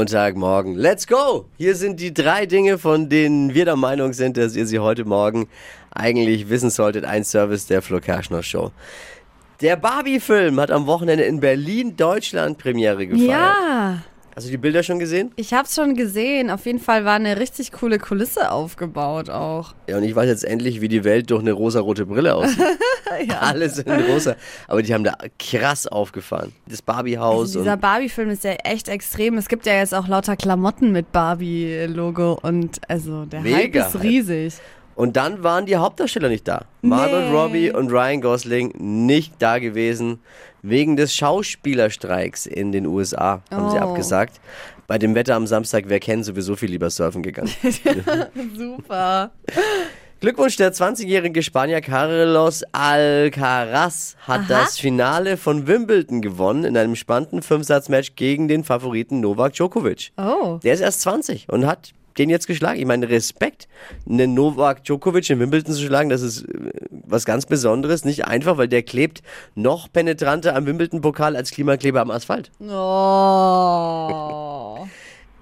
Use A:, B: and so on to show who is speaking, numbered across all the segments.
A: Montagmorgen. Let's go! Hier sind die drei Dinge, von denen wir der Meinung sind, dass ihr sie heute Morgen eigentlich wissen solltet. Ein Service der Flo Kerschner Show. Der Barbie-Film hat am Wochenende in Berlin, Deutschland Premiere gefeiert.
B: Ja,
A: Hast du die Bilder schon gesehen?
B: ich hab's schon gesehen. Auf jeden Fall war eine richtig coole Kulisse aufgebaut auch.
A: Ja, und ich weiß jetzt endlich, wie die Welt durch eine rosarote Brille aussieht. Alles in rosa. Aber die haben da krass aufgefahren. Das Barbie-Haus
B: Also dieser
A: und
B: Barbie-Film ist ja echt extrem. Es gibt ja jetzt auch lauter Klamotten mit Barbie-Logo und also der Hype
A: Mega
B: ist
A: Hype.
B: riesig.
A: Und dann waren die Hauptdarsteller nicht da. Margot
B: Nee.
A: Robbie und Ryan Gosling nicht da gewesen. Wegen des Schauspielerstreiks in den USA haben sie
B: Oh.
A: abgesagt. Bei dem Wetter am Samstag wäre Ken sowieso viel lieber surfen gegangen.
B: Super.
A: Glückwunsch, der 20-jährige Spanier Carlos Alcaraz hat
B: Aha.
A: das Finale von Wimbledon gewonnen in einem spannenden Fünfsatz-Match gegen den Favoriten Novak Djokovic.
B: Oh.
A: Der ist erst 20 und hat den jetzt geschlagen. Ich meine, Respekt, einen Novak Djokovic in Wimbledon zu schlagen, das ist äh, was ganz Besonderes. Nicht einfach, weil der klebt noch penetranter am Wimbledon-Pokal als Klimakleber am Asphalt.
B: Oh.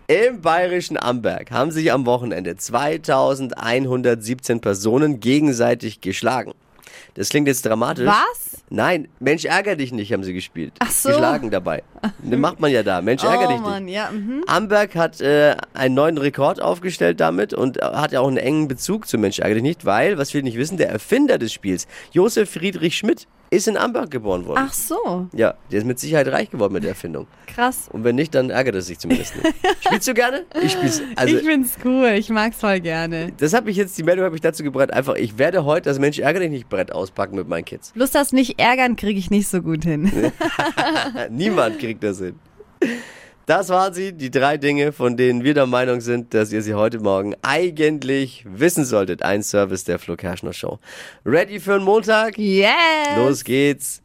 A: Im bayerischen Amberg haben sich am Wochenende 2117 Personen gegenseitig geschlagen. Das klingt jetzt dramatisch.
B: Was?
A: Nein, Mensch ärger dich nicht haben sie gespielt.
B: Ach so.
A: Geschlagen dabei. Das macht man ja da. Mensch ärger
B: oh
A: dich nicht.
B: Mann, ja. Mhm.
A: Amberg hat äh, einen neuen Rekord aufgestellt damit und äh, hat ja auch einen engen Bezug zu Mensch ärger dich nicht, weil, was wir nicht wissen, der Erfinder des Spiels, Josef Friedrich Schmidt, ist in Amberg geboren worden.
B: Ach so,
A: Ja, der ist mit Sicherheit reich geworden mit der Erfindung.
B: krass.
A: Und wenn nicht, dann ärgert es sich zumindest nicht. Spielst du gerne? Ich spiel's. Also,
B: ich find's cool, ich mag's voll gerne.
A: das habe ich jetzt, die Meldung habe ich dazu gebracht. Einfach, ich werde heute das Mensch ärgere dich nicht Brett auspacken mit meinen Kids.
B: Bloß das nicht ärgern kriege ich nicht so gut hin.
A: Niemand kriegt das hin. Das waren sie, die drei Dinge, von denen wir der Meinung sind, dass ihr sie heute Morgen eigentlich wissen solltet. Ein Service der Flo Kerschner Show. Ready für den Montag?
B: Yes!
A: Los geht's.